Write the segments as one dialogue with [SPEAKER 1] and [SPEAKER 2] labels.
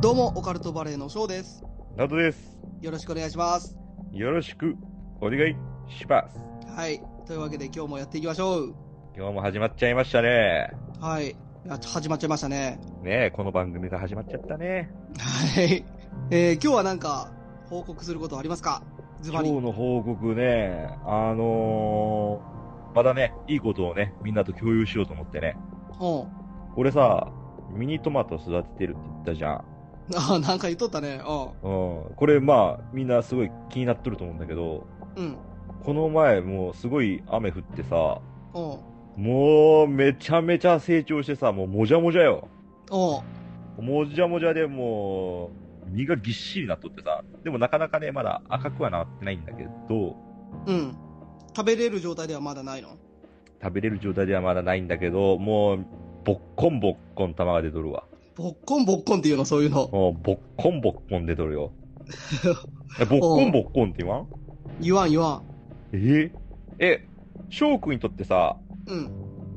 [SPEAKER 1] どうも、オカルトバレーの翔です。
[SPEAKER 2] 直人です。
[SPEAKER 1] よろしくお願いします。
[SPEAKER 2] よろしくお願いします。
[SPEAKER 1] はい。というわけで今日もやっていきましょう。
[SPEAKER 2] 今日も始まっちゃいましたね。
[SPEAKER 1] はい。いや始まっちゃいましたね。
[SPEAKER 2] ねえ、この番組が始まっちゃったね。
[SPEAKER 1] はい。えー、今日はなんか報告することありますかズ
[SPEAKER 2] 今
[SPEAKER 1] バ
[SPEAKER 2] 日
[SPEAKER 1] リ。
[SPEAKER 2] の報告ね、あのー、まだね、いいことをね、みんなと共有しようと思ってね。
[SPEAKER 1] おう
[SPEAKER 2] 俺さ、ミニトマト育ててるって言ったじゃん。
[SPEAKER 1] あなんか言っとったね。お
[SPEAKER 2] うん。これまあ、みんなすごい気になっとると思うんだけど、
[SPEAKER 1] ううん。
[SPEAKER 2] この前もうすごい雨降ってさ、
[SPEAKER 1] おう
[SPEAKER 2] もうめちゃめちゃ成長してさ、もうもじゃもじゃよ。
[SPEAKER 1] おう
[SPEAKER 2] もじゃもじゃでもう、身がぎっしりなっとってさ、でもなかなかね、まだ赤くはなってないんだけど、
[SPEAKER 1] うん。食べれる状態ではまだないの
[SPEAKER 2] 食べれる状態ではまだないんだけど、もう、ぼっこんぼっこん玉が出とるわ。
[SPEAKER 1] ぼっこんぼっこんっていうの、そういうの。
[SPEAKER 2] もう、ぼっこんぼっこん出とるよ。えぼっこんぼっこんって言わん
[SPEAKER 1] 言わん言わん。
[SPEAKER 2] ええ、翔くんにとってさ、
[SPEAKER 1] うん。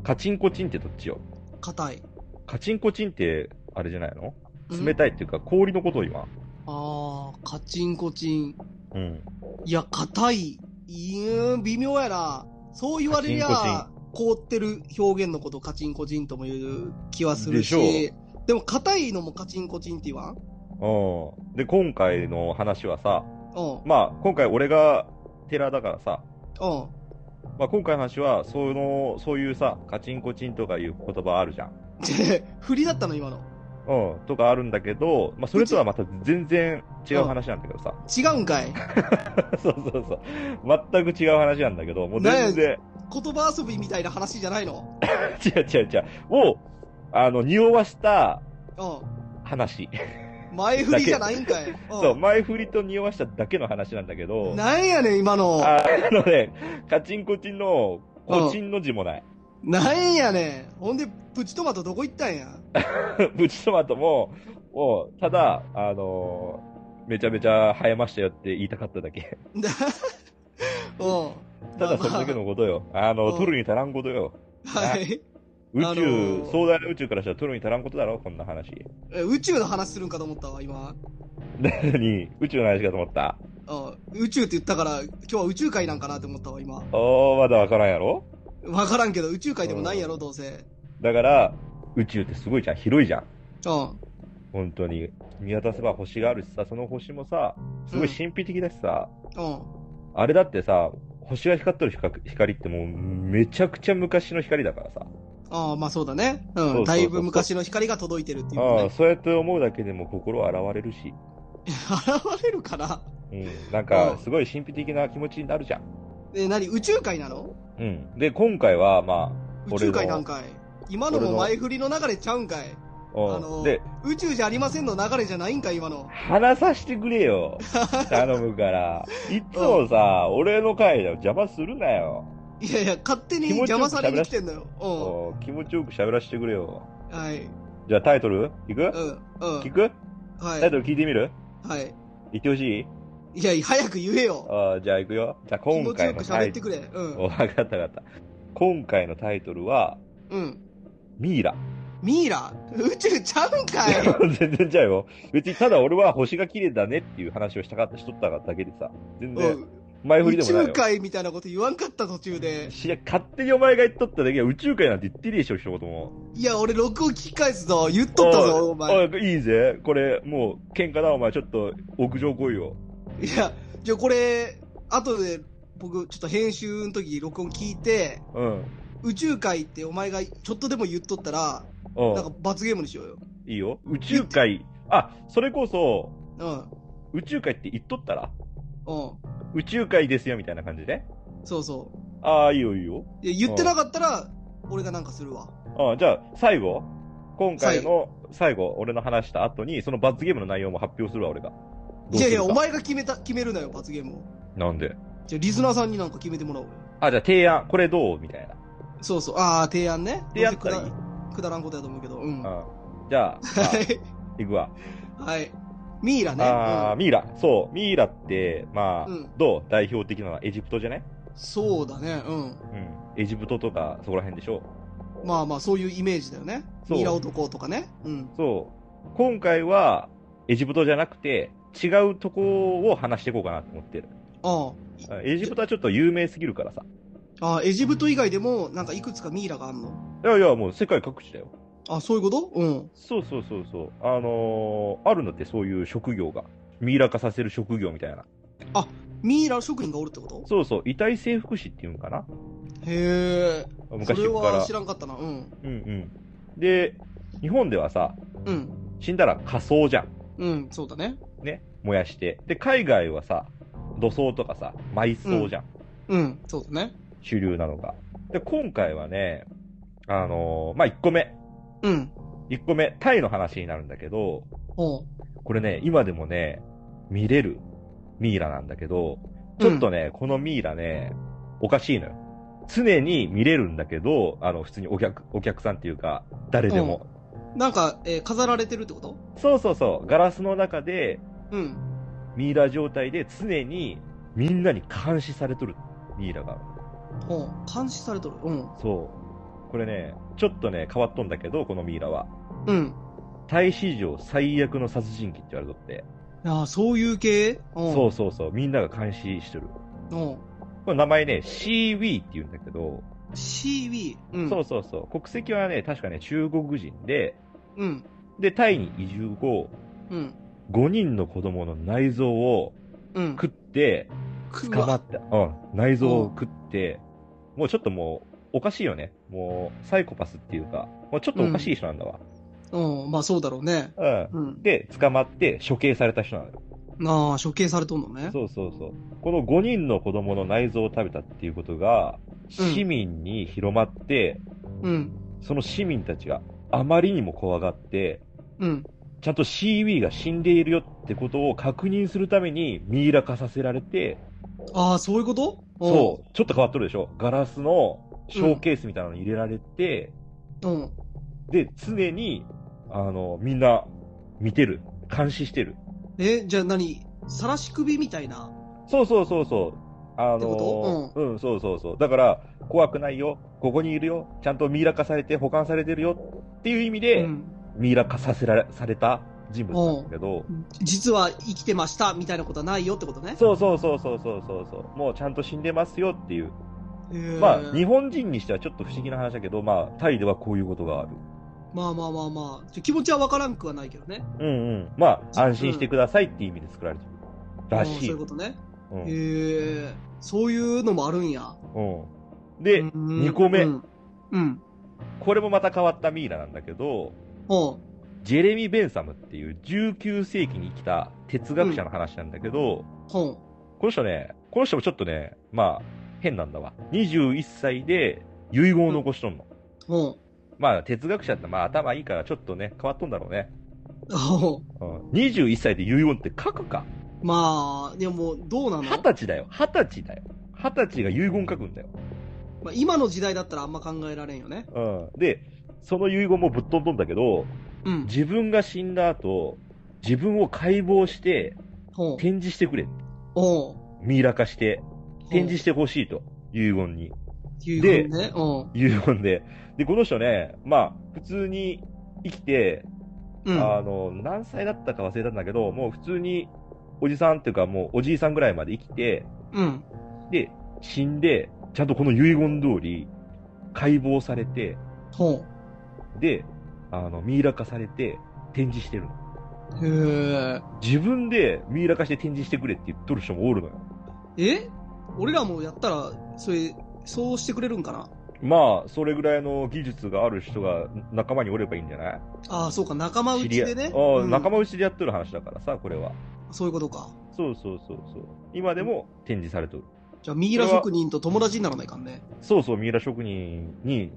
[SPEAKER 2] カチンコチンってどっちよ
[SPEAKER 1] 硬い。
[SPEAKER 2] カチンコチンって、あれじゃないの
[SPEAKER 1] うん
[SPEAKER 2] 冷たいっていうか、氷のことを今。
[SPEAKER 1] あー、カチンコチン。
[SPEAKER 2] うん。
[SPEAKER 1] いや、硬い。いやー微妙やな。そう言われり
[SPEAKER 2] カチン
[SPEAKER 1] ゃ、凍ってる表現のことカチンコチンとも言う気はするし。
[SPEAKER 2] でし
[SPEAKER 1] でも硬いのもカチンコチンって言わん
[SPEAKER 2] うん。で、今回の話はさ、
[SPEAKER 1] うん。
[SPEAKER 2] まあ、今回俺が寺だからさ、
[SPEAKER 1] うん。
[SPEAKER 2] まあ、今回の話はその、そういうさ、カチンコチンとかいう言葉あるじゃん。
[SPEAKER 1] で、振りだったの今の。
[SPEAKER 2] うん、とかあるんだけど、まあ、それとはまた全然違う話なんだけどさ。
[SPEAKER 1] 違うんかい。
[SPEAKER 2] そうそうそう。全く違う話なんだけど、もう全然、
[SPEAKER 1] 言葉遊びみたいな話じゃないの。
[SPEAKER 2] 違う違う違う。もう、あの、匂わした
[SPEAKER 1] う
[SPEAKER 2] 話。
[SPEAKER 1] ん。前振りじゃないんかい。
[SPEAKER 2] そう、
[SPEAKER 1] う
[SPEAKER 2] 前振りと匂わしただけの話なんだけど
[SPEAKER 1] ん。、なんやねん今の。
[SPEAKER 2] あのね、カチンコチンの、コチンの字もない。
[SPEAKER 1] なんやねん。ほんで、プチトマトどこ行ったんや。
[SPEAKER 2] プチトマトも、もう、ただ、あのーめちゃめちゃ生えましたよって言いたかっただけ。
[SPEAKER 1] だうん。
[SPEAKER 2] ただそれだけのことよ。あの、
[SPEAKER 1] うん
[SPEAKER 2] 取るに足らんことよ。
[SPEAKER 1] はい。
[SPEAKER 2] 宇宙、
[SPEAKER 1] あのー
[SPEAKER 2] 壮大な宇宙からしたら取るに足らんことだろ、こんな話。
[SPEAKER 1] え宇宙の話するんかと思ったわ、今。
[SPEAKER 2] 何宇宙の話かと思った。
[SPEAKER 1] うん宇宙って言ったから、今日は宇宙会なんかなって思ったわ、今。
[SPEAKER 2] おー、まだわからんやろ
[SPEAKER 1] わからんけど、宇宙会でもないんやろ、どうせ。
[SPEAKER 2] だから、宇宙ってすごいじゃん。広いじゃん。
[SPEAKER 1] うん。
[SPEAKER 2] 本当に。見渡せば星があるしさ、その星もさ、すごい神秘的だしさ、
[SPEAKER 1] うん。
[SPEAKER 2] あれだってさ、星が光ってる光光ってもう、めちゃくちゃ昔の光だからさ。
[SPEAKER 1] ああ、まあそうだね。。
[SPEAKER 2] そうそううん
[SPEAKER 1] だいぶ昔の光が届いてるっていう
[SPEAKER 2] ああ
[SPEAKER 1] ね。
[SPEAKER 2] そうやって思うだけでも心洗われるし、
[SPEAKER 1] 現れるかな
[SPEAKER 2] うん、なん
[SPEAKER 1] う
[SPEAKER 2] か
[SPEAKER 1] ん
[SPEAKER 2] すごい神秘的な気持ちになるじゃん。
[SPEAKER 1] え、何宇宙会なの
[SPEAKER 2] うん、で、今回は、ま
[SPEAKER 1] 宇宙会なんかい。今の
[SPEAKER 2] 俺
[SPEAKER 1] も
[SPEAKER 2] の
[SPEAKER 1] 前振りの流れちゃうんかい。
[SPEAKER 2] あ、うん
[SPEAKER 1] あの
[SPEAKER 2] で、
[SPEAKER 1] 宇宙じゃありませんの流れじゃないんかい、今の。
[SPEAKER 2] 話させてくれよ。頼むから。 いつもさ、俺の回だよ。邪魔するなよ。
[SPEAKER 1] いやいや、勝手に
[SPEAKER 2] 気持ち
[SPEAKER 1] 邪
[SPEAKER 2] よく
[SPEAKER 1] 魔されに来てんだよ。う
[SPEAKER 2] お気持ちよく喋らせてくれよ。
[SPEAKER 1] ん。はい。
[SPEAKER 2] じゃあタイトルい
[SPEAKER 1] う
[SPEAKER 2] く、
[SPEAKER 1] ん。うん
[SPEAKER 2] 聞。く
[SPEAKER 1] は
[SPEAKER 2] タイ
[SPEAKER 1] い。
[SPEAKER 2] トル聞いてみる
[SPEAKER 1] はい。
[SPEAKER 2] 言ってほしい
[SPEAKER 1] いやいや、早く言えよ。
[SPEAKER 2] ああじゃあ行くよ。じゃあ
[SPEAKER 1] 気
[SPEAKER 2] 今
[SPEAKER 1] 持ちよ
[SPEAKER 2] 回
[SPEAKER 1] く
[SPEAKER 2] のタ
[SPEAKER 1] 喋っ
[SPEAKER 2] イ
[SPEAKER 1] て
[SPEAKER 2] ト
[SPEAKER 1] くれ。う
[SPEAKER 2] ル。わ
[SPEAKER 1] ん。
[SPEAKER 2] かったわかった。今回のタイトルは、
[SPEAKER 1] うん。
[SPEAKER 2] ミイラ。
[SPEAKER 1] ミイラ宇宙ちゃうんかい。
[SPEAKER 2] 全然ちゃうよ。別にただ俺は星が綺麗だねっていう話をしたかったしとっただけでさ。全
[SPEAKER 1] う
[SPEAKER 2] 然
[SPEAKER 1] ん
[SPEAKER 2] 前振り
[SPEAKER 1] 宇
[SPEAKER 2] でもない
[SPEAKER 1] 宙
[SPEAKER 2] よ。
[SPEAKER 1] 会みたいなこと言わんかった途中で。
[SPEAKER 2] し勝手にお前が言っとっただけや宇宙界なんて言ってねえでしょ、一言も。
[SPEAKER 1] いや、俺録音聞き返すぞ。言っとったぞ、お前。
[SPEAKER 2] おい、いいぜ。これ、もう、喧嘩だ、お前。ちょっと、屋上来いよ。
[SPEAKER 1] いや、じゃあこれ、後で僕、ちょっと編集の時録音聞いて、
[SPEAKER 2] うん。
[SPEAKER 1] 宇宙会ってお前がちょっとでも言っとったら、
[SPEAKER 2] う
[SPEAKER 1] なんか
[SPEAKER 2] ん。
[SPEAKER 1] 罰ゲームにしようよ。
[SPEAKER 2] いいよ。宇宙界。あ、それこそ、
[SPEAKER 1] う
[SPEAKER 2] 宇宙界って言っとったら
[SPEAKER 1] ん。うん。
[SPEAKER 2] 宇宙界ですよ、みたいな感じで。
[SPEAKER 1] そうそ
[SPEAKER 2] ああ、いいよ、いいよ。
[SPEAKER 1] う。いや言ってなかったら、俺がなんかするわ。
[SPEAKER 2] ああ、じゃあ、最後、今回の最後、俺の話した後に、その罰ゲームの内容も発表するわ、俺が。どう
[SPEAKER 1] い
[SPEAKER 2] す
[SPEAKER 1] や
[SPEAKER 2] る
[SPEAKER 1] いや、
[SPEAKER 2] か
[SPEAKER 1] お。前が決めた、決めるなよ、罰ゲームを。
[SPEAKER 2] なんで
[SPEAKER 1] じゃあ、リスナーさんになんか決めてもらおうよ。
[SPEAKER 2] あ、じゃあ提案、これどうみたいな。っ
[SPEAKER 1] そうそう。ああ、提案ね。
[SPEAKER 2] てやったらいい。
[SPEAKER 1] どう
[SPEAKER 2] う
[SPEAKER 1] せくだくだらんことやと思うけど。うん。は
[SPEAKER 2] ん。じゃあ、まあ
[SPEAKER 1] い。
[SPEAKER 2] いくわ。
[SPEAKER 1] はい。ミイラね。
[SPEAKER 2] あー
[SPEAKER 1] うん
[SPEAKER 2] ミイラ。そう、ミイラって、まあ、
[SPEAKER 1] うん
[SPEAKER 2] どう代表的なのはエジプトじゃない
[SPEAKER 1] そうだね。うん。
[SPEAKER 2] うん。エジプトとか、そこら辺でしょ
[SPEAKER 1] まあまあ、そういうイメージだよね。
[SPEAKER 2] そう
[SPEAKER 1] ミイラ男とかね。うん。
[SPEAKER 2] そう。今回は、エジプトじゃなくて、違うとこを話していこうかなと思ってる。
[SPEAKER 1] あ
[SPEAKER 2] うんエジプトはちょっと有名すぎるからさ。
[SPEAKER 1] あ。ああ、エジプト以外でも、なんかいくつかミイラがあんの。
[SPEAKER 2] いやいや、もう世界各地だよ。
[SPEAKER 1] あそういうことうん。
[SPEAKER 2] そうそうそうそう。あのーあるんだって、そういう職業が。ミイラ化させる職業みたいな。
[SPEAKER 1] ミイラ職人がおるってこと
[SPEAKER 2] そうそう、遺体征服師っていうんかな
[SPEAKER 1] へえ。そ
[SPEAKER 2] 昔
[SPEAKER 1] れ
[SPEAKER 2] か
[SPEAKER 1] は
[SPEAKER 2] ら
[SPEAKER 1] 知。らんかったな。うん。
[SPEAKER 2] うんうん。で、日本ではさ、
[SPEAKER 1] うん。
[SPEAKER 2] 死んだら火葬じゃん。
[SPEAKER 1] うん、そうだね。
[SPEAKER 2] ね。燃やして。で、海外はさ、土葬とかさ、埋葬じゃん。
[SPEAKER 1] うん、そうだね。
[SPEAKER 2] 主流なのが。で、今回はね、あのーまあ、1個目。
[SPEAKER 1] うん。
[SPEAKER 2] 1個目、タイの話になるんだけど、
[SPEAKER 1] おう
[SPEAKER 2] これね、今でもね、見れるミイラなんだけど、ちょっとね、このミイラね、おかしいのよ。常に見れるんだけど、あの、普通にお客、お客さんっていうか、誰でも。
[SPEAKER 1] なんか、えー飾られてるってこと
[SPEAKER 2] そうそうそう、ガラスの中で、
[SPEAKER 1] うん。
[SPEAKER 2] ミイラ状態で常にみんなに監視されとるミイラが。
[SPEAKER 1] おう監視されとる。うん。
[SPEAKER 2] そう。これね、ちょっとね、変わっとんだけど、このミイラは。
[SPEAKER 1] うん。
[SPEAKER 2] タイ史上最悪の殺人鬼って言われとって。
[SPEAKER 1] ああ、そういう系お
[SPEAKER 2] そうそうそう、みんなが監視してる。
[SPEAKER 1] う。おう
[SPEAKER 2] これ名前ね、CW って言うんだけど、
[SPEAKER 1] CB。うん。
[SPEAKER 2] そうそうそう。国籍はね、確かね、中国人で、
[SPEAKER 1] うん。
[SPEAKER 2] で、タイに移住後、
[SPEAKER 1] うん。
[SPEAKER 2] 5人の子供の内臓を
[SPEAKER 1] うん。
[SPEAKER 2] 食って、
[SPEAKER 1] く
[SPEAKER 2] 捕まった。うん。内臓を食って、もうちょっともう、おかしいよね。もう、サイコパスっていうか、もうちょっとおかしい人なんだわ。
[SPEAKER 1] うん。まあそうだろうね。
[SPEAKER 2] うん。
[SPEAKER 1] うん。
[SPEAKER 2] で、捕まって処刑された人なのよ。
[SPEAKER 1] ああ、処刑されとんのね。
[SPEAKER 2] そうそうそう。この5人の子供の内臓を食べたっていうことが、
[SPEAKER 1] うん
[SPEAKER 2] 市民に広まって、
[SPEAKER 1] うん。
[SPEAKER 2] その市民たちがあまりにも怖がって、
[SPEAKER 1] うん。
[SPEAKER 2] ちゃんと CW が死んでいるよってことを確認するためにミイラ化させられて、
[SPEAKER 1] ああ、そういうことお
[SPEAKER 2] そう、ちょっと変わっとるでしょガラスのショーケースみたいなのに入れられて、
[SPEAKER 1] う。うん。
[SPEAKER 2] で、常に、あの、みんな見てる。監視してる。
[SPEAKER 1] え、じゃあ何晒し首みたいな。
[SPEAKER 2] そうそうそうそう。あ
[SPEAKER 1] ってこ
[SPEAKER 2] の、うん、そうそうそう。だから、怖くないよ。ここにいるよ。ちゃんとミイラ化されて保管されてるよ。っていう意味で、
[SPEAKER 1] うん。
[SPEAKER 2] ミイラ化させられ、された人物なんだけど、
[SPEAKER 1] 実は生きてましたみたいなことはないよってことね。
[SPEAKER 2] そうそうそうそうそうそうそう。もうちゃんと死んでますよっていう。
[SPEAKER 1] へえ
[SPEAKER 2] まあ、日本人にしてはちょっと不思議な話だけど、まあ、タイではこういうことがある。
[SPEAKER 1] まあまあまあまあ。ちょ気持ちはわからんくはないけどね。
[SPEAKER 2] うんうん。まあ、安心してくださいっていう意味で作られてる。
[SPEAKER 1] う
[SPEAKER 2] ら
[SPEAKER 1] ん
[SPEAKER 2] し
[SPEAKER 1] そう
[SPEAKER 2] い。
[SPEAKER 1] いう
[SPEAKER 2] う
[SPEAKER 1] ことね。
[SPEAKER 2] ん
[SPEAKER 1] へえ。そういうのもあるんや。
[SPEAKER 2] うん。で、
[SPEAKER 1] 2
[SPEAKER 2] 2個目
[SPEAKER 1] うん。うん。
[SPEAKER 2] これもまた変わったミイラなんだけど、
[SPEAKER 1] おう
[SPEAKER 2] ジェレミー・ベンサムっていう19世紀に生きた哲学者の話なんだけど、
[SPEAKER 1] ほう。
[SPEAKER 2] この人ね、この人もちょっとね、まあ、変なんだわ。21歳で遺言を残しとんの。
[SPEAKER 1] ほ
[SPEAKER 2] まあ、哲学者ってまあ頭いいからちょっとね、変わっとんだろうね。
[SPEAKER 1] う。ほ
[SPEAKER 2] うん、21歳で遺言って書くか
[SPEAKER 1] う。 まあ、でもどうなの、
[SPEAKER 2] 二十歳だよ。二十歳だよ。二十歳が遺言書くんだよ。
[SPEAKER 1] まあ、今の時代だったらあんま考えられんよね。
[SPEAKER 2] うん。で、その遺言もぶっ飛んどんだけど、
[SPEAKER 1] うん。
[SPEAKER 2] 自分が死んだ後、自分を解剖して
[SPEAKER 1] ほう。
[SPEAKER 2] 展示してくれ。
[SPEAKER 1] ほう。
[SPEAKER 2] ミイラ化して、展示してほしいと。遺言に。
[SPEAKER 1] ていうね。うん。
[SPEAKER 2] 遺言で。で、この人ね、まあ、普通に生きて、
[SPEAKER 1] うん。
[SPEAKER 2] あの、何歳だったか忘れたんだけど、もう普通に、おじさんっていうかもうおじいさんぐらいまで生きて、
[SPEAKER 1] うん。
[SPEAKER 2] で、死んで、ちゃんとこの遺言通り、解剖されて、
[SPEAKER 1] ほ
[SPEAKER 2] で、あの、ミイラ化されて展示してるの。
[SPEAKER 1] う。へ
[SPEAKER 2] 自分でミイラ化して展示してくれって言っとる人もおるのよ。
[SPEAKER 1] え。え俺らもやったら、それ、そうしてくれるんかな
[SPEAKER 2] まあ、それぐらいの技術がある人が仲間におればいいんじゃない
[SPEAKER 1] ああ、そうか、仲間内
[SPEAKER 2] 知り合
[SPEAKER 1] で
[SPEAKER 2] い。
[SPEAKER 1] ね。
[SPEAKER 2] ああ
[SPEAKER 1] うん
[SPEAKER 2] 仲間内でやってる話だからさ、これは。
[SPEAKER 1] そういうことか。
[SPEAKER 2] そうそうそうそう。今でも展示されとる。
[SPEAKER 1] じゃあ、ミイラ職人と友達にならないかんね。
[SPEAKER 2] そうそう、ミイラ職人に、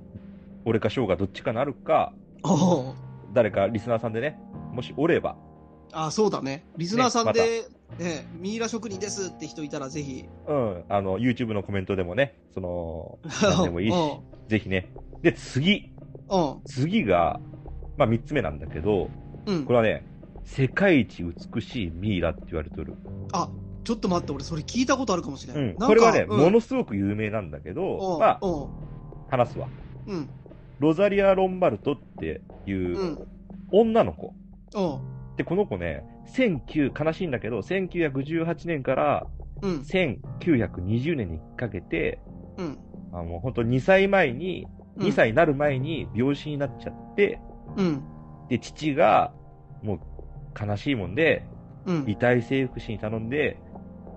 [SPEAKER 2] 俺か翔がどっちかなるか、
[SPEAKER 1] ああ。
[SPEAKER 2] 誰かリスナーさんでね、もしおれば、
[SPEAKER 1] あ、そうだね。リスナーさん
[SPEAKER 2] ね
[SPEAKER 1] で、ね、ミイラ職人ですって人いたらぜひ。
[SPEAKER 2] うん、あの、YouTube のコメントでもね、その、何でもい
[SPEAKER 1] う
[SPEAKER 2] いし、
[SPEAKER 1] ん
[SPEAKER 2] ぜひね。で、次、
[SPEAKER 1] うん。
[SPEAKER 2] 次が、まあ3つ目なんだけど、
[SPEAKER 1] うん
[SPEAKER 2] こ。れはね、世界一美しいミイラって言われてる。
[SPEAKER 1] あ、ちょっと待って、俺それ聞いたことあるかもしれ。
[SPEAKER 2] うんん。
[SPEAKER 1] なんか
[SPEAKER 2] これはね、
[SPEAKER 1] うん
[SPEAKER 2] ものすごく有名なんだけど、まあ、
[SPEAKER 1] うん
[SPEAKER 2] 話すわ。
[SPEAKER 1] うん。うん。。
[SPEAKER 2] ロザリア・ロンバルトっていううん女の子。
[SPEAKER 1] うん。
[SPEAKER 2] で、この子ね、19、悲しいんだけど、1918年から
[SPEAKER 1] うん。
[SPEAKER 2] 1920年にかけて、
[SPEAKER 1] うん。
[SPEAKER 2] あの、本当2歳前に、2。歳になる前に病死になっちゃって、
[SPEAKER 1] うん。
[SPEAKER 2] で、父が、もう悲しいもんで、
[SPEAKER 1] うん
[SPEAKER 2] 遺。体征服師に頼んで、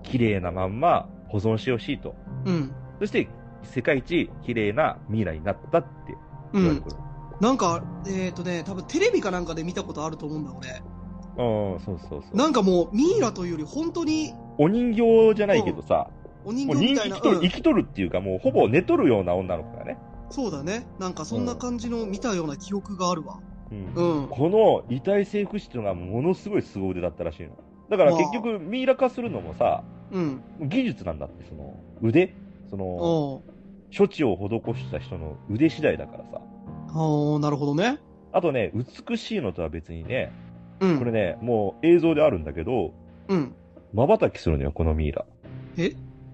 [SPEAKER 2] 綺麗なまんま保存してほしいと。
[SPEAKER 1] うん。
[SPEAKER 2] そして、世界一綺麗なミイラになったって
[SPEAKER 1] う
[SPEAKER 2] 言われ
[SPEAKER 1] ん
[SPEAKER 2] て。る。
[SPEAKER 1] なんか、えっ、とね、多分テレビかなんかで見たことあると思うんだ、俺。
[SPEAKER 2] うん、そうそうそう。
[SPEAKER 1] なんかもう、ミイラというより本当に
[SPEAKER 2] お人形じゃないけどさ、
[SPEAKER 1] お人
[SPEAKER 2] もう
[SPEAKER 1] 形み
[SPEAKER 2] 人
[SPEAKER 1] たい
[SPEAKER 2] 生
[SPEAKER 1] な。
[SPEAKER 2] きとる、
[SPEAKER 1] うん
[SPEAKER 2] 生きとるっていうか、もうほぼ寝とるような女の子がね。
[SPEAKER 1] そうだね。なんかそんな感じの見たような記憶があるわ。
[SPEAKER 2] うん
[SPEAKER 1] うん。
[SPEAKER 2] この遺体征服師っていうのがものすごい凄腕だったらしいの。だから
[SPEAKER 1] まあ
[SPEAKER 2] 結局、ミイラ化するのもさ、
[SPEAKER 1] うん。
[SPEAKER 2] 技術なんだって、その腕、その、
[SPEAKER 1] おう
[SPEAKER 2] 処置を施した人の腕次第だからさ。
[SPEAKER 1] おうなるほどね。
[SPEAKER 2] あとね、美しいのとは別にね、
[SPEAKER 1] うん。
[SPEAKER 2] これね、もう映像であるんだけど、
[SPEAKER 1] うん。
[SPEAKER 2] 瞬きするのよ、このミイラ。
[SPEAKER 1] え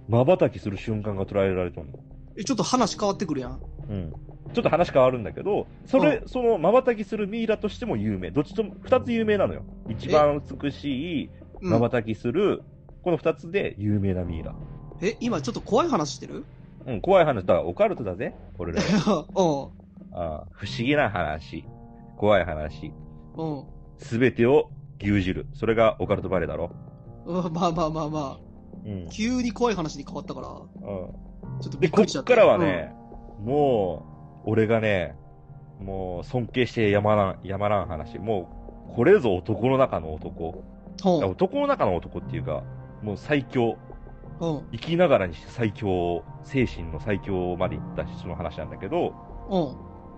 [SPEAKER 2] 瞬きする瞬間が捉えられてるの。
[SPEAKER 1] え、ちょっと話変わってくるやん。
[SPEAKER 2] うん。ちょっと話変わるんだけど、それ、その瞬きするミイラとしても有名。どっちとも、二つ有名なのよ。一番美しい
[SPEAKER 1] うん
[SPEAKER 2] 瞬きする、この二つで有名なミイラ。
[SPEAKER 1] え、今ちょっと怖い話してる
[SPEAKER 2] うん、怖い話。だからオカルトだぜ、俺らは。
[SPEAKER 1] うん。
[SPEAKER 2] ああ不思議な話。怖い話。
[SPEAKER 1] うん。
[SPEAKER 2] すべてを牛耳る。それがオカルトバレーだろ。
[SPEAKER 1] うんまあまあまあま
[SPEAKER 2] うん
[SPEAKER 1] あ、。急に怖い話に変わったから、ち
[SPEAKER 2] うん
[SPEAKER 1] ょっとび
[SPEAKER 2] で、
[SPEAKER 1] っく
[SPEAKER 2] こ
[SPEAKER 1] りしちゃっ
[SPEAKER 2] っ
[SPEAKER 1] た。
[SPEAKER 2] からはね、もう、俺がね、もう尊敬してやまらん、やまらん話。もう、これぞ男の中の男。
[SPEAKER 1] うん、うん、
[SPEAKER 2] 男の中の男っていうか、もう最強。
[SPEAKER 1] うん、
[SPEAKER 2] 生きながらにして最強、精神の最強まで行った人の話なんだけど、
[SPEAKER 1] う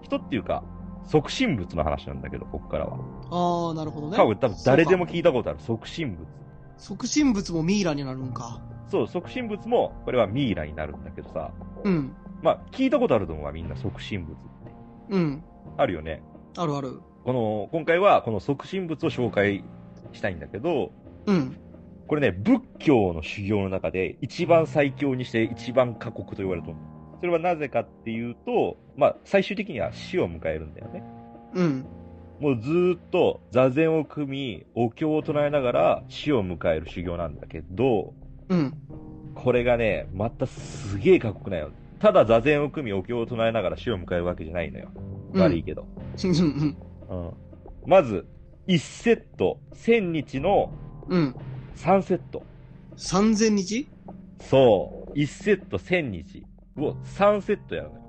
[SPEAKER 1] ん。
[SPEAKER 2] 人っていうか、即身仏の話なんだけど、こっからは。
[SPEAKER 1] ああ、なるほどね。
[SPEAKER 2] 多分、多分誰でも
[SPEAKER 1] そう
[SPEAKER 2] 聞いたことある。即身仏。
[SPEAKER 1] か。促進物もミイラになるんか。
[SPEAKER 2] そう、即身仏も、これはミイラになるんだけどさ。
[SPEAKER 1] うん、
[SPEAKER 2] まあ、聞いたことあると思うわ、みんな即身仏って。
[SPEAKER 1] うん。
[SPEAKER 2] あるよね。
[SPEAKER 1] あるある。
[SPEAKER 2] この、今回はこの即身仏を紹介したいんだけど、
[SPEAKER 1] うん。
[SPEAKER 2] これね、仏教の修行の中で一番最強にして一番過酷と言われてるのそれはなぜかっていうと、まあ、最終的には死を迎えるんだよね。
[SPEAKER 1] うん。
[SPEAKER 2] もうずーっと座禅を組み、お経を唱えながら死を迎える修行なんだけど、
[SPEAKER 1] うん。
[SPEAKER 2] これがね、またすげえ過酷なよ。ただ座禅を組み、お経を唱えながら死を迎えるわけじゃないのよ。悪いけど。
[SPEAKER 1] うん。うん。
[SPEAKER 2] うん、まず、1セット、1000日の
[SPEAKER 1] うん。
[SPEAKER 2] 3セット。
[SPEAKER 1] 3000日
[SPEAKER 2] そう。1セット1000日を3セットやるのよ。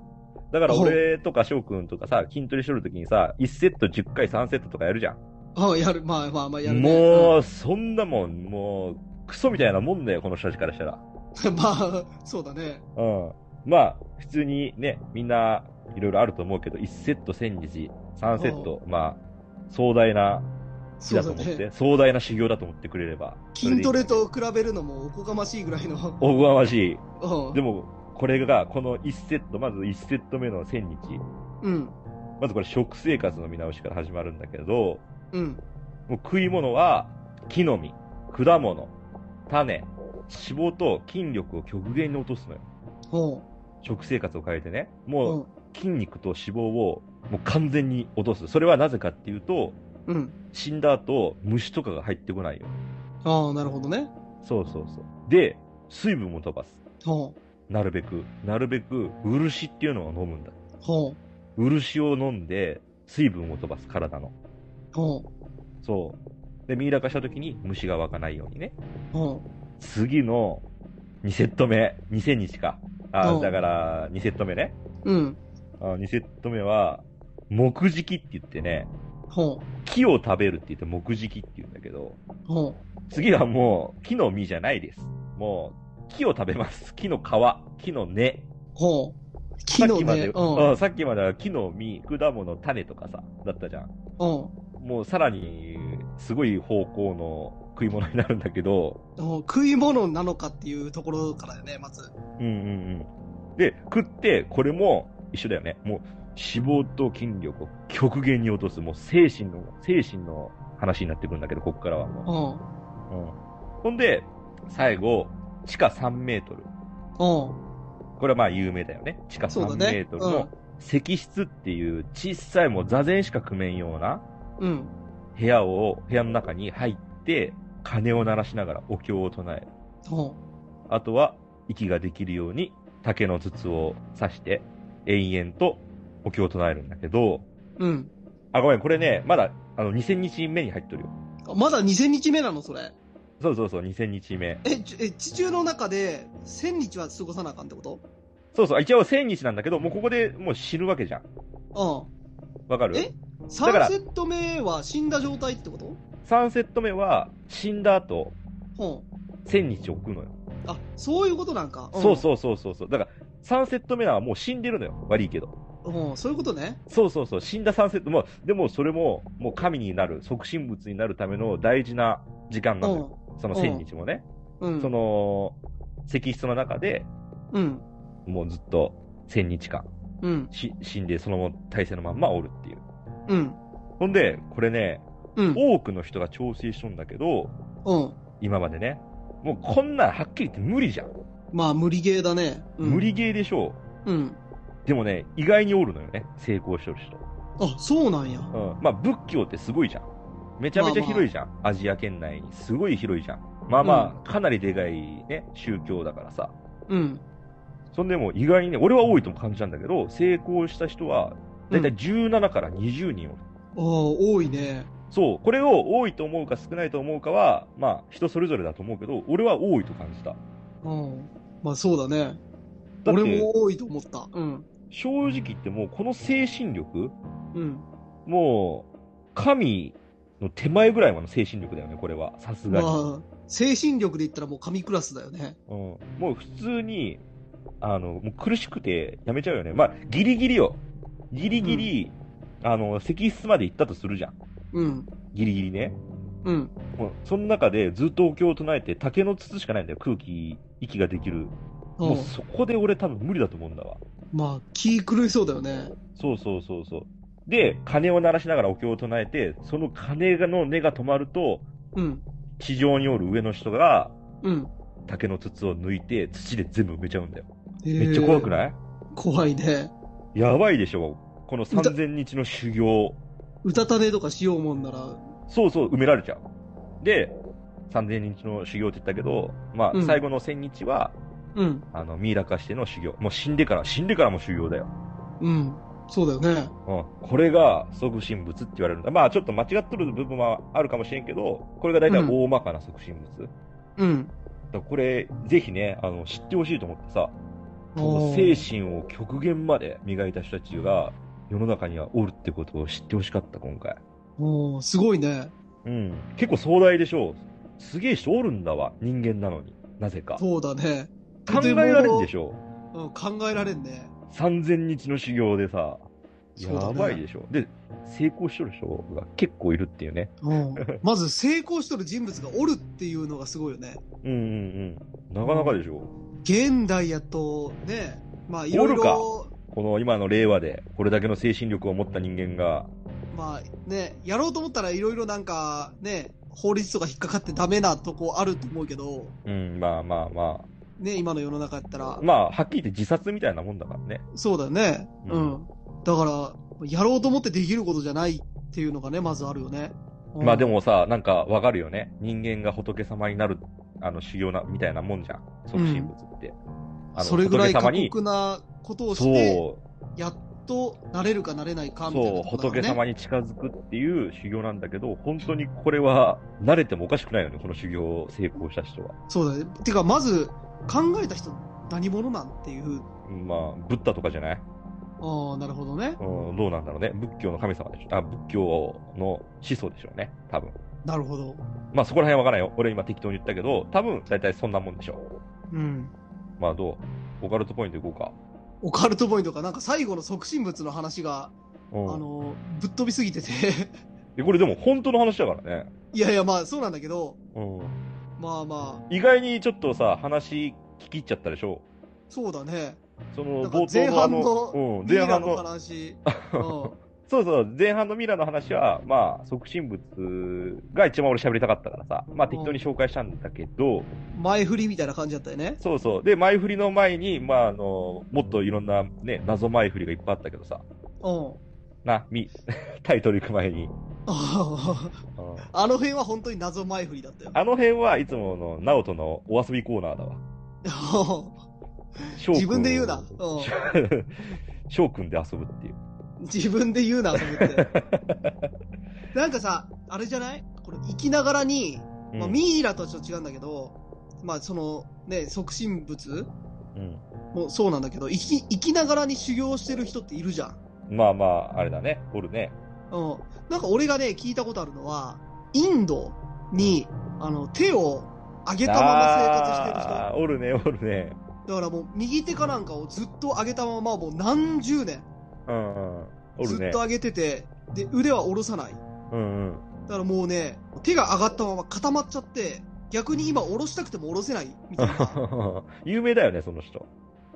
[SPEAKER 2] だから俺とか翔くんとかさ、筋トレしとるときにさ、1セット10回3セットとかやるじゃん。
[SPEAKER 1] ああ、やる。まあまあまあ、やる、ね。
[SPEAKER 2] もう、そんなもん、もう、クソみたいなもんだよ、この人たちからしたら。
[SPEAKER 1] うん。 まあ、そうだね。
[SPEAKER 2] うん。まあ、普通にね、みんな、いろいろあると思うけど、1セット1000日、3セット、まあ、壮大な、
[SPEAKER 1] そ
[SPEAKER 2] だと
[SPEAKER 1] う
[SPEAKER 2] 思
[SPEAKER 1] だ
[SPEAKER 2] って、
[SPEAKER 1] ね。
[SPEAKER 2] 壮大な修行だと思ってくれれば。
[SPEAKER 1] 筋トレ
[SPEAKER 2] それでいい。
[SPEAKER 1] と比べるのもおこがましいぐらいの。
[SPEAKER 2] おこがましい。
[SPEAKER 1] うん。
[SPEAKER 2] でも、これが、この1セット、まず1セット目の1000日。
[SPEAKER 1] うん。
[SPEAKER 2] まずこれ食生活の見直しから始まるんだけど、
[SPEAKER 1] うん。
[SPEAKER 2] もう食い物は木の実、果物、種、脂肪と筋力を極限に落とすのよ。
[SPEAKER 1] ほ
[SPEAKER 2] 食生活を変えてね。
[SPEAKER 1] う。
[SPEAKER 2] も
[SPEAKER 1] う。
[SPEAKER 2] うん筋肉と脂肪をもう完全に落とす。それはなぜかっていうと、
[SPEAKER 1] うん。
[SPEAKER 2] 死んだ後虫とかが入ってこないよ。
[SPEAKER 1] ああ、なるほどね。
[SPEAKER 2] そうそうそう。で、水分も飛ばす。
[SPEAKER 1] ほ
[SPEAKER 2] なるべく、なるべく漆っていうのを飲むんだ。
[SPEAKER 1] う。ほ
[SPEAKER 2] 漆を飲んで水分を飛ばす体の。
[SPEAKER 1] う。ほう。
[SPEAKER 2] そう。で、ミイラ化した時に虫が湧かないようにね。
[SPEAKER 1] うん。
[SPEAKER 2] 次の2セット目、2000日か。あ
[SPEAKER 1] う
[SPEAKER 2] ー
[SPEAKER 1] ん
[SPEAKER 2] だから2セット目ね。
[SPEAKER 1] うん。
[SPEAKER 2] あ2セット目は、木敷って言ってね、
[SPEAKER 1] ほ
[SPEAKER 2] 木を食べるって言って木敷って言うんだけど、
[SPEAKER 1] う。ほ
[SPEAKER 2] 次はもう木の実じゃないです。もう木を食べます。木の皮、木の根。
[SPEAKER 1] う。ほう。
[SPEAKER 2] さ
[SPEAKER 1] 木
[SPEAKER 2] っ
[SPEAKER 1] の
[SPEAKER 2] きまで、
[SPEAKER 1] ね。う
[SPEAKER 2] うんさっきまでは木の実、果物、種とかさ、だったじゃん。
[SPEAKER 1] おう
[SPEAKER 2] もうさらに、すごい方向の食い物になるんだけど、
[SPEAKER 1] おう食い物なのかっていうところからだよね、まず。
[SPEAKER 2] うんうんうん。で、食って、これも一緒だよね。もう、脂肪と筋力を極限に落とす、もう精神の、精神の話になってくるんだけど、ここからはも
[SPEAKER 1] おう
[SPEAKER 2] う。うん。ほんで、最後、地下3メートル。
[SPEAKER 1] おう
[SPEAKER 2] これはまあ有名だよね。地下
[SPEAKER 1] そう
[SPEAKER 2] 3
[SPEAKER 1] だ
[SPEAKER 2] メ
[SPEAKER 1] ね
[SPEAKER 2] ー。トルの石室っていう小さいもう座禅しか組めんような
[SPEAKER 1] うん。うん。
[SPEAKER 2] 部屋を、部屋の中に入って、鐘を鳴らしながらお経を唱える。
[SPEAKER 1] おう
[SPEAKER 2] あとは、息ができるように竹の筒を刺して、延々とお経を唱えるんだけど、
[SPEAKER 1] うん。
[SPEAKER 2] あ、ごめん、これね、まだ、あの、2000日目に入っとるよ。
[SPEAKER 1] あまだ2000日目なの、それ。
[SPEAKER 2] そうそうそう、2000日目。
[SPEAKER 1] え、ちえ地中の中で1000日は過ごさなあかんってこと
[SPEAKER 2] そうそう、一応1000日なんだけど、もうここでもう死ぬわけじゃん。
[SPEAKER 1] う
[SPEAKER 2] わかる
[SPEAKER 1] えん。
[SPEAKER 2] だか
[SPEAKER 1] 3
[SPEAKER 2] ら
[SPEAKER 1] セット目は死んだ状態ってこと
[SPEAKER 2] ?3 セット目は、死んだ後、
[SPEAKER 1] うん。
[SPEAKER 2] 1000日置くのよ。
[SPEAKER 1] あ、そういうことなんか。ん
[SPEAKER 2] そうそうそうそうそう。だから、3セット目はもう死んでるのよ。悪いけど。
[SPEAKER 1] うん、そういうことね。
[SPEAKER 2] そうそうそう。死んだ3セットも、でもそれも、もう神になる、即身仏になるための大事な時間なのよ。その1000日もね。
[SPEAKER 1] うん。うん。
[SPEAKER 2] その、石室の中で、
[SPEAKER 1] うん。
[SPEAKER 2] もうずっと1000日間、
[SPEAKER 1] うん。
[SPEAKER 2] し死んでその体勢のまんまおるっていう。
[SPEAKER 1] うん。
[SPEAKER 2] ほんで、これね、
[SPEAKER 1] うん。
[SPEAKER 2] 多くの人が調整しとんだけど、
[SPEAKER 1] うん。
[SPEAKER 2] 今までね、もうこんなんはっきり言って無理じゃん。
[SPEAKER 1] まあ、無理ゲーだね。うん、
[SPEAKER 2] 無理ゲーでしょ
[SPEAKER 1] うん。
[SPEAKER 2] う。でもね、意外におるのよね、成功しとる人。
[SPEAKER 1] あ、そうなんや。
[SPEAKER 2] うん。まあ、仏教ってすごいじゃん。めちゃめちゃ広いじゃん。アジア圏内に。すごい広いじゃん。まあまあ、かなりでかいね、宗教だからさ。
[SPEAKER 1] うん。
[SPEAKER 2] そんでも意外にね、俺は多いとも感じたんだけど、成功した人は、だいたい17から20人おる。
[SPEAKER 1] ああ、多いね。
[SPEAKER 2] そう、これを多いと思うか少ないと思うかは、まあ、人それぞれだと思うけど、俺は多いと感じた。
[SPEAKER 1] うん。まあ、そうだね。
[SPEAKER 2] だっ
[SPEAKER 1] 俺
[SPEAKER 2] て、
[SPEAKER 1] も多いと思った。うん。
[SPEAKER 2] 正直言ってもう、この精神力、
[SPEAKER 1] うん。
[SPEAKER 2] もう、神の手前ぐらいまでの精神力だよね、これは。さすが
[SPEAKER 1] ま
[SPEAKER 2] に。
[SPEAKER 1] あ、精神力で言ったらもう神クラスだよね。
[SPEAKER 2] うん、もう普通に、あの、もう苦しくてやめちゃうよね。まあ、ギリギリよ。ギリギリ、あの、石室まで行ったとするじゃん。
[SPEAKER 1] うん。
[SPEAKER 2] ギリギリね。
[SPEAKER 1] うん。
[SPEAKER 2] もうその中でずっとお経を唱えて竹の筒しかないんだよ、空気、息ができる。
[SPEAKER 1] う。
[SPEAKER 2] もうんそこで俺多分無理だと思うんだわ。
[SPEAKER 1] まあ、気狂いそうだよね。
[SPEAKER 2] そうそうそうそう。で、鐘を鳴らしながらお経を唱えて、その鐘の音が止まると、
[SPEAKER 1] うん。
[SPEAKER 2] 地上におる上の人が
[SPEAKER 1] うん。
[SPEAKER 2] 竹の筒を抜いて土で全部埋めちゃうんだよ。
[SPEAKER 1] め
[SPEAKER 2] めっちゃ怖く
[SPEAKER 1] い
[SPEAKER 2] ない、
[SPEAKER 1] 怖いね。
[SPEAKER 2] やばいでしょこの3000日の修行。
[SPEAKER 1] うたた寝とかしようもんなら、
[SPEAKER 2] そうそう、埋められちゃう。で、3000日の修行って言ったけど、ま
[SPEAKER 1] う
[SPEAKER 2] あ、
[SPEAKER 1] ん
[SPEAKER 2] 最後の1000日は、
[SPEAKER 1] うん。
[SPEAKER 2] あの、ミイラ化しての修行。もう死んでから、死んでからも修行だよ。
[SPEAKER 1] うん。そうだよね。
[SPEAKER 2] うん。これが、即身仏って言われるんだ。まあ、ちょっと間違っとる部分はあるかもしれんけど、これが大体大まかな即身仏。だか
[SPEAKER 1] うん。
[SPEAKER 2] らこれ、ぜひね、あの、知ってほしいと思ってさ、
[SPEAKER 1] おー
[SPEAKER 2] 精神を極限まで磨いた人たちが、世の中にはおるってことを知ってほしかった、今回。
[SPEAKER 1] おーすごいね。
[SPEAKER 2] うん。結構壮大でしょう。すげえ人おるんだわ、人間なのに。なぜか。
[SPEAKER 1] そうだね。
[SPEAKER 2] 考えられるでし
[SPEAKER 1] ょ、う
[SPEAKER 2] ょ
[SPEAKER 1] ん、考えられんね。
[SPEAKER 2] 3000日の修行でさ、や
[SPEAKER 1] そうだね
[SPEAKER 2] ばいでしょ。で、成功しとる人が結構いるっていうね。
[SPEAKER 1] うん、まず成功しとる人物がおるっていうのがすごいよね。
[SPEAKER 2] うんうんうん。なかなかでしょ。
[SPEAKER 1] 現代やと、ね、まあいろい
[SPEAKER 2] おるか
[SPEAKER 1] ろ、
[SPEAKER 2] この今の令和で、これだけの精神力を持った人間が。
[SPEAKER 1] まあね、やろうと思ったらいろいろなんかね、法律とか引っかかってダメなとこあると思うけど、
[SPEAKER 2] うん、まあまあま
[SPEAKER 1] ね、今の世の中やったら
[SPEAKER 2] あ。、まあ、はっきり言って自殺みたいなもんだからね。
[SPEAKER 1] そうだよね。う。
[SPEAKER 2] うんん
[SPEAKER 1] だから、やろうと思ってできることじゃないっていうのがね、まずあるよね。うん
[SPEAKER 2] まあで。もさ、なんかわかるよね。人間が仏様になる、あの、修行な、みたいなもんじゃん。即身仏って。あの
[SPEAKER 1] それぐらい
[SPEAKER 2] 仏様
[SPEAKER 1] 過
[SPEAKER 2] に
[SPEAKER 1] 酷なことをして、
[SPEAKER 2] そう、
[SPEAKER 1] やっとなれるかなれないかみたい
[SPEAKER 2] そう、
[SPEAKER 1] なところだ
[SPEAKER 2] 仏
[SPEAKER 1] からね。
[SPEAKER 2] 様に近づくっていう修行なんだけど、本当にこれは慣れてもおかしくないよね、この修行を成功した人は。
[SPEAKER 1] そうだね。てか、まず、考えた人、何者なんっていう。
[SPEAKER 2] まあ、ブッダとかじゃない
[SPEAKER 1] ああ、なるほどね。
[SPEAKER 2] うん、どうなんだろうね。仏教の神様でしょ。あ、仏教の思想でしょうね、多分。
[SPEAKER 1] なるほど。
[SPEAKER 2] まあそこら辺わからんよ。俺今適当に言ったけど、多分大体そんなもんでしょう。
[SPEAKER 1] うん。
[SPEAKER 2] まあどうオカルトポイントいこうか。
[SPEAKER 1] オカルトボインとか、なんか最後の即身仏の話が、
[SPEAKER 2] うん、
[SPEAKER 1] あの、ぶっ飛びすぎてて、
[SPEAKER 2] えこれでも本当の話だからね。
[SPEAKER 1] いやいや、まあそうなんだけど、
[SPEAKER 2] うん。
[SPEAKER 1] まあまあ、
[SPEAKER 2] 意外にちょっとさ、話聞き入っちゃったでしょ
[SPEAKER 1] そうだね。
[SPEAKER 2] そ
[SPEAKER 1] な
[SPEAKER 2] の
[SPEAKER 1] んか
[SPEAKER 2] 冒頭のあの、うん、
[SPEAKER 1] ミ
[SPEAKER 2] 前
[SPEAKER 1] イラ
[SPEAKER 2] 半
[SPEAKER 1] の
[SPEAKER 2] の、
[SPEAKER 1] 話。うん。
[SPEAKER 2] そうそう、前半のミラの話は、まあ、促進物が一番俺喋りたかったからさ、まあ適当に紹介したんだけど、
[SPEAKER 1] 前振りみたいな感じだったよね。
[SPEAKER 2] そうそう。で、前振りの前に、まあ、あの、もっといろんなね、謎前振りがいっぱいあったけどさ、
[SPEAKER 1] うん。
[SPEAKER 2] な、み、 タイトル行く前に。
[SPEAKER 1] あ
[SPEAKER 2] うん
[SPEAKER 1] の辺は本当に謎前振りだったよね。
[SPEAKER 2] あの辺はいつもの、ナオトのお遊びコーナーだわ。翔くん
[SPEAKER 1] 自分で言うな。うん
[SPEAKER 2] 翔くんで遊ぶっていう。
[SPEAKER 1] 自分で言うな、遊ぶ って。なんかさ、あれじゃないこれ、生きながらに、まあ、
[SPEAKER 2] うん
[SPEAKER 1] ミイラとはちょっと違うんだけど、まあ、その、ね、促進物
[SPEAKER 2] うん
[SPEAKER 1] もそうなんだけど、生き、生きながらに修行してる人っているじゃん。
[SPEAKER 2] まあまあ、あれだね。おるね。
[SPEAKER 1] うん。なんか俺がね、聞いたことあるのは、インドに、あの、手を上げたまま生活してる人。
[SPEAKER 2] あーおるね、おるね。
[SPEAKER 1] だからもう、右手かなんかをずっと上げたまま、もう何十年、
[SPEAKER 2] うんうん。お
[SPEAKER 1] ず
[SPEAKER 2] る
[SPEAKER 1] っ
[SPEAKER 2] ね
[SPEAKER 1] と。上げてて、で、腕は下ろさない。
[SPEAKER 2] うんうん。
[SPEAKER 1] だからもうね、手が上がったまま固まっちゃって、逆に今下ろしたくても下ろせないみたいな。
[SPEAKER 2] 有名だよね、その人。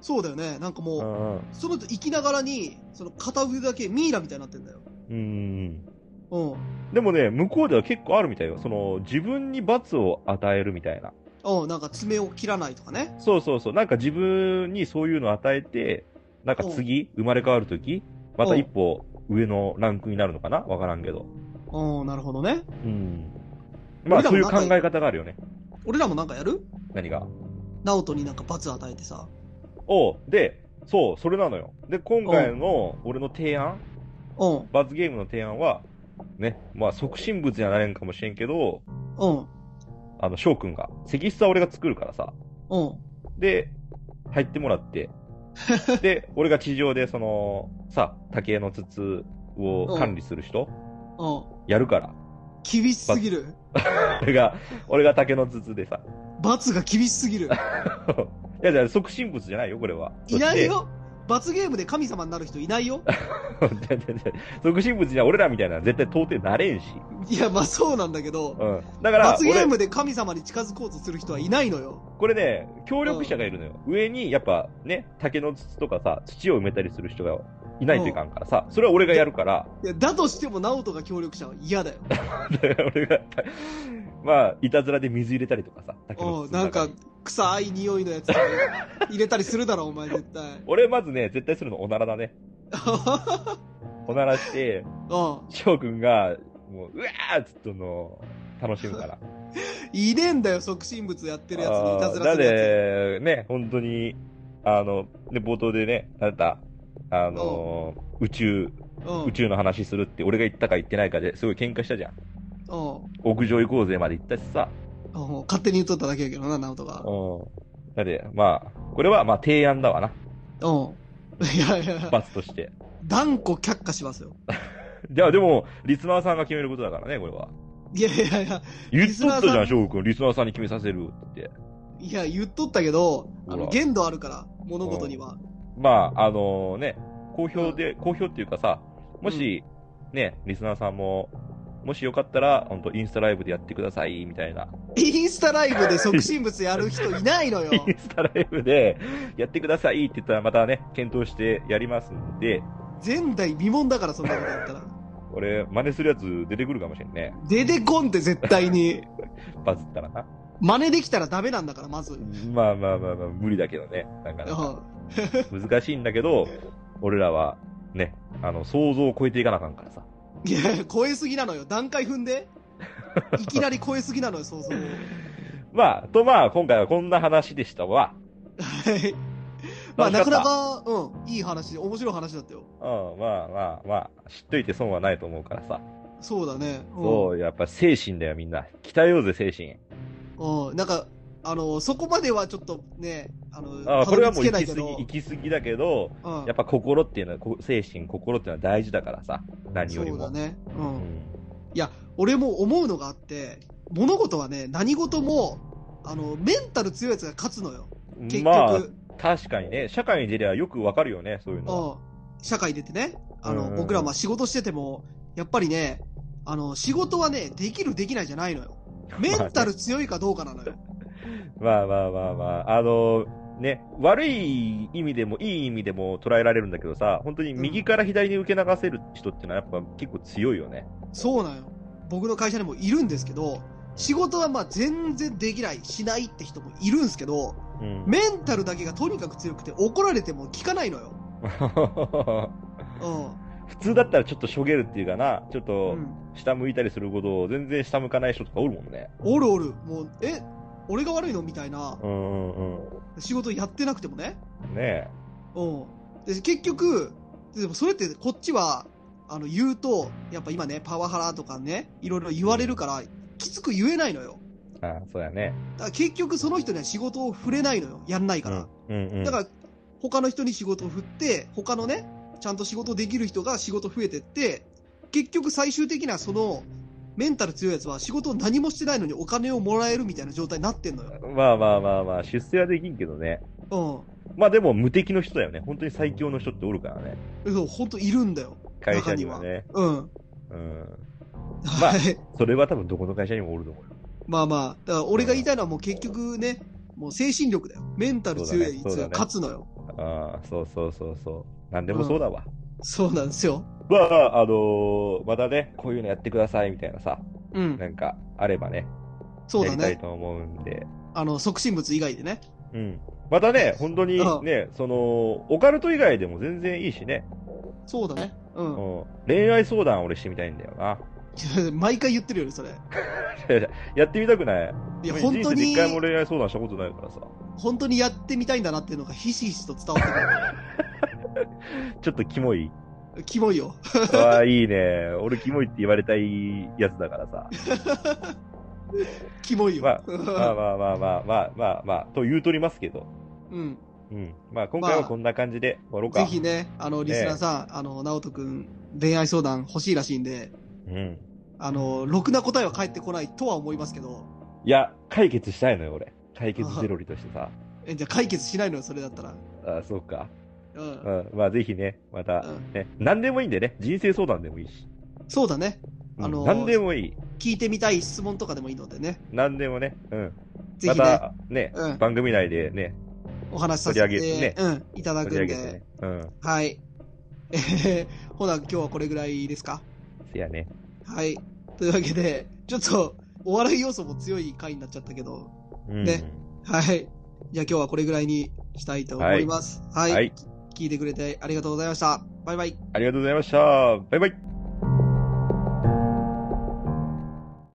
[SPEAKER 1] そうだよね。なんか
[SPEAKER 2] う
[SPEAKER 1] もう、
[SPEAKER 2] んうん。
[SPEAKER 1] その人生きながらに、その片腕だけミイラみたいになってんだよ。
[SPEAKER 2] うん。
[SPEAKER 1] うん。
[SPEAKER 2] でもね、向こうでは結構あるみたいよ。その、自分に罰を与えるみたいな。
[SPEAKER 1] うん、なんか爪を切らないとかね。
[SPEAKER 2] そうそうそう。なんか自分にそういうのを与えて、なんか次、生まれ変わるとき、また一歩上のランクになるのかなわからんけど。
[SPEAKER 1] うん、なるほどね。
[SPEAKER 2] うん。まあ、
[SPEAKER 1] 俺ら
[SPEAKER 2] そう
[SPEAKER 1] も
[SPEAKER 2] いう
[SPEAKER 1] なんか
[SPEAKER 2] 考え方があるよね。
[SPEAKER 1] 俺らもなんかやる
[SPEAKER 2] 何が。
[SPEAKER 1] ナオトになんか罰与えてさ。
[SPEAKER 2] おうで、そう、それなのよ。で、今回の俺の提案、
[SPEAKER 1] うん、
[SPEAKER 2] 罰ゲームの提案は、ね、まあ、促進物にはなれんかもしれんけど、
[SPEAKER 1] うん、
[SPEAKER 2] あの、翔くんが、石室は俺が作るからさ。
[SPEAKER 1] うん。
[SPEAKER 2] で、入っても らって、で、俺が地上で、その、さ、竹の筒を管理する人、
[SPEAKER 1] うん。
[SPEAKER 2] やるから。
[SPEAKER 1] 厳しすぎる。
[SPEAKER 2] 俺が、俺が竹の筒でさ。
[SPEAKER 1] 罰が厳しすぎる。
[SPEAKER 2] いや、じゃ促進物じゃないよ、これは。
[SPEAKER 1] いないよ罰ゲームで神様になる人いないよ
[SPEAKER 2] そして。違う違う違う 促進物には俺らみたいなのは絶対到底なれんし。
[SPEAKER 1] いや、まあそうなんだけど、
[SPEAKER 2] うん。だから
[SPEAKER 1] 罰ゲー
[SPEAKER 2] 俺、
[SPEAKER 1] ムで神様に近づこうとする人はいないのよ。
[SPEAKER 2] これね、協力者がいるのよ。上に、やっぱね、竹の筒とかさ、土を埋めたりする人がいないといかんからさ、それは俺がやるから、
[SPEAKER 1] いや、だとしても、ナオトが協力者は嫌 だよ。
[SPEAKER 2] 俺が、まあ、いたずらで水入れたりとかさ、竹の
[SPEAKER 1] うん、
[SPEAKER 2] 筒の
[SPEAKER 1] なんか
[SPEAKER 2] 中に。、
[SPEAKER 1] 臭い匂いのやつ入れたりするだろ、お前絶対。
[SPEAKER 2] 俺、まずね、絶対するのおならだね。おならして、
[SPEAKER 1] う
[SPEAKER 2] 翔くんが、もう、うわーっつっとの、楽しむから。
[SPEAKER 1] ん。いねえんだよ、促進物やってるやつにいたず
[SPEAKER 2] あ
[SPEAKER 1] ら
[SPEAKER 2] ー
[SPEAKER 1] するや
[SPEAKER 2] なんで、ね、本当に、あの、ね、冒頭でね、あなた、あのー宇宙、
[SPEAKER 1] つ。うん。う
[SPEAKER 2] 宇
[SPEAKER 1] ん。
[SPEAKER 2] 宙の話するって、俺が言ったか言ってないかですごい喧嘩したじゃん。屋上行こうぜまで行ったしさ。
[SPEAKER 1] うん勝手に言っとっただけやけどな、ナオトが。
[SPEAKER 2] うん。なんで、まあ、これは、まあ、提案だわな。
[SPEAKER 1] うん。 いやいや、
[SPEAKER 2] 罰として。
[SPEAKER 1] 断固却下しますよ。
[SPEAKER 2] じゃあ、でも、リスナーさんが決めることだからね、これは。
[SPEAKER 1] いやいやいや、
[SPEAKER 2] 言
[SPEAKER 1] リ
[SPEAKER 2] っ
[SPEAKER 1] ス
[SPEAKER 2] とっ
[SPEAKER 1] ナー
[SPEAKER 2] た
[SPEAKER 1] さん
[SPEAKER 2] じゃん、翔くん。リスナーさんに決めさせるって。
[SPEAKER 1] いや、言っとったけど、あ
[SPEAKER 2] ほ
[SPEAKER 1] の、
[SPEAKER 2] ら
[SPEAKER 1] 限度あるから、物事には。
[SPEAKER 2] まあ、あのね、好評で、好評っていうかさ、もし、ね、リスナーさんも、もしよかったら、本当インスタライブでやってください、みたいな。
[SPEAKER 1] インスタライブで促進物やる人いない のよ。
[SPEAKER 2] インスタライブで、やってくださいって言ったら、またね、検討してやりますんで、
[SPEAKER 1] 前代未聞だから、そんなことやったら。
[SPEAKER 2] 俺、真似するやつ出てくるかもしれんね。
[SPEAKER 1] 出てこんって絶対に。
[SPEAKER 2] バズったらな。
[SPEAKER 1] 真似できたらダメなんだから、まず。うん。
[SPEAKER 2] まあまあまあまあ、無理だけどね。なんかなか難しいんだけど、俺らは、ね、あの、想像を超えていかなあかんからさ。
[SPEAKER 1] いや、超えすぎなのよ。段階踏ん で。いきなり超えすぎなのよ、想像を。
[SPEAKER 2] まあ、とまあ、今回はこんな話でしたわ。
[SPEAKER 1] はい。まあ、
[SPEAKER 2] 楽
[SPEAKER 1] な
[SPEAKER 2] し
[SPEAKER 1] か
[SPEAKER 2] か
[SPEAKER 1] な
[SPEAKER 2] っ
[SPEAKER 1] か、
[SPEAKER 2] た
[SPEAKER 1] うん、いい話で、面白い話だったよ。
[SPEAKER 2] うん、まあまあまあ、知っといて損はないと思うからさ。
[SPEAKER 1] そうだね。うん
[SPEAKER 2] そう、やっぱ精神だよ、みんな。鍛えようぜ、精神。
[SPEAKER 1] うん。なんか、あの、そこまではちょっとね、あの、
[SPEAKER 2] あこれはもう
[SPEAKER 1] た
[SPEAKER 2] 行
[SPEAKER 1] どり
[SPEAKER 2] き
[SPEAKER 1] 着
[SPEAKER 2] 過
[SPEAKER 1] けないけ
[SPEAKER 2] ぎ、行き過ぎだけど、
[SPEAKER 1] ど、うん
[SPEAKER 2] やっぱ心っていうのは、こ精神、心っていうのは大事だからさ。何より
[SPEAKER 1] そうだ
[SPEAKER 2] も。
[SPEAKER 1] ね。う。
[SPEAKER 2] うんん
[SPEAKER 1] 俺も思うのがあって、物事はね、何事も、あの、メンタル強いやつが勝つのよ。結局、
[SPEAKER 2] まあ、確かにね、社会に出りゃよくわかるよね、そういうのは。
[SPEAKER 1] うん社会出てね、あの、
[SPEAKER 2] うん
[SPEAKER 1] 僕らまあ仕事してても、やっぱりね、あの、仕事はね、できるできないじゃないの よ。メンタル強いかどうかなのよ。
[SPEAKER 2] まあまあまあまあ、あのね、悪い意味でもいい意味でも捉えられるんだけどさ、本当に右から左に受け流せる人ってのはやっぱ結構強いよね。
[SPEAKER 1] そうなの。僕の会社にもいるんですけど、仕事はまあ全然できない、しないって人もいるんですけど、
[SPEAKER 2] うん。
[SPEAKER 1] メンタルだけがとにかく強くて怒られても聞かないのよ。う
[SPEAKER 2] 普通だったらちょっとしょげるっていうかな、ちょっ
[SPEAKER 1] ん。う
[SPEAKER 2] と
[SPEAKER 1] ん、
[SPEAKER 2] 下向いたりすることを全然下向かない人とかおるもんね。
[SPEAKER 1] おるおる。もう、え、俺が悪いのみたいな
[SPEAKER 2] う、んうんう
[SPEAKER 1] 仕事やってなくてもね。
[SPEAKER 2] ん。ね
[SPEAKER 1] うん。で、結局、でもそれってこっちは、あの、言うと、やっぱ今ね、パワハラとかね、いろいろ言われるから、きつく言えないのよ。
[SPEAKER 2] え。あそうやね。
[SPEAKER 1] だから結局その人には仕事を触れないのよ。やんないから。
[SPEAKER 2] うんうん。
[SPEAKER 1] だから、他の人に仕事を振って、他のね、ちゃんと仕事できる人が仕事増えてって、結局最終的にはその、メンタル強いやつは仕事を何もしてないのにお金をもらえるみたいな状態になってんのよ。
[SPEAKER 2] まあまあまあまあ、出世はできんけどね。
[SPEAKER 1] う
[SPEAKER 2] まあでも無敵の人だよね。本当に最強の人っておるからね。
[SPEAKER 1] ん。そう、ほんといるんだよ。
[SPEAKER 2] 会社にはね。
[SPEAKER 1] うん。
[SPEAKER 2] うん。あ
[SPEAKER 1] はい。
[SPEAKER 2] それは多分どこの会社にもおると思うよ。
[SPEAKER 1] まあまあ、だから俺が言いたいのはもう結局ね、もう精神力だよ。メンタル強いやつが勝つのよ。
[SPEAKER 2] ああ、そうそうそうそう。なんでもそうだわ。
[SPEAKER 1] そうなんですよ。
[SPEAKER 2] まあ、あのーまたね、こういうのやってくださいみたいなさ、
[SPEAKER 1] うん。
[SPEAKER 2] なんか、あればね、
[SPEAKER 1] そう
[SPEAKER 2] や
[SPEAKER 1] だ
[SPEAKER 2] りたい
[SPEAKER 1] ね。
[SPEAKER 2] と思うんで。
[SPEAKER 1] あの、促進物以外でね。
[SPEAKER 2] うん。またね、本当に
[SPEAKER 1] うん
[SPEAKER 2] ね、その、オカルト以外でも全然いいしね、
[SPEAKER 1] そうだね。う。
[SPEAKER 2] うんん、恋愛相談俺してみたいんだよな。
[SPEAKER 1] 毎回言ってるよね、それ。
[SPEAKER 2] やってみたくない
[SPEAKER 1] いや、本当
[SPEAKER 2] 人生で一
[SPEAKER 1] に、
[SPEAKER 2] 回も恋愛相談したことないからさ。
[SPEAKER 1] 本当にやってみたいんだなっていうのがひしひしと伝わってく
[SPEAKER 2] ちょっとキモい。
[SPEAKER 1] る。 キモいよ。
[SPEAKER 2] ああ、いいね。俺キモいって言われたいやつだからさ。
[SPEAKER 1] キモいよ。
[SPEAKER 2] ままあまあまあまあまあまあまあ、と言うとりますけど。
[SPEAKER 1] うん。
[SPEAKER 2] うん。まあ今回はこんな感じで終わろうか。
[SPEAKER 1] ぜひね、あの、リスナーさん、あの、直人くん、恋愛相談欲しいらしいんで、
[SPEAKER 2] うん。
[SPEAKER 1] あの、ろくな答えは返ってこないとは思いますけど、
[SPEAKER 2] いや、解決したいのよ、俺。解決ゼロリとしてさ。
[SPEAKER 1] え、じゃあ解決しないのよ、それだったら。
[SPEAKER 2] ああ、そうか。
[SPEAKER 1] うん
[SPEAKER 2] う。ん。まあぜひね、また
[SPEAKER 1] うん
[SPEAKER 2] ね、何でもいいんでね、人生相談でもいいし。
[SPEAKER 1] そうだね。
[SPEAKER 2] うん
[SPEAKER 1] あのー
[SPEAKER 2] 何でもいい。
[SPEAKER 1] 聞いてみたい質問とかでもいいのでね。
[SPEAKER 2] 何でもね。うん。
[SPEAKER 1] ぜ
[SPEAKER 2] ま
[SPEAKER 1] ひね、
[SPEAKER 2] た、ね、
[SPEAKER 1] うん
[SPEAKER 2] 番組内でね、
[SPEAKER 1] お話しさせ
[SPEAKER 2] 取り上げ
[SPEAKER 1] て
[SPEAKER 2] ね、
[SPEAKER 1] うん、いただ
[SPEAKER 2] 取
[SPEAKER 1] く
[SPEAKER 2] り上
[SPEAKER 1] ん
[SPEAKER 2] げ
[SPEAKER 1] で。
[SPEAKER 2] てね。うん。
[SPEAKER 1] はい。 えへへほな、今日はこれぐらいですか
[SPEAKER 2] せやね。
[SPEAKER 1] はい。というわけで、ちょっと、お笑い要素も強い回になっちゃったけど、
[SPEAKER 2] うん。
[SPEAKER 1] ねはい。じゃあ今日はこれぐらいにしたいと思います。はい。
[SPEAKER 2] はい。
[SPEAKER 1] 聞いてくれてありがとうございました。バイバイ。
[SPEAKER 2] ありがとうございました。バイバイ。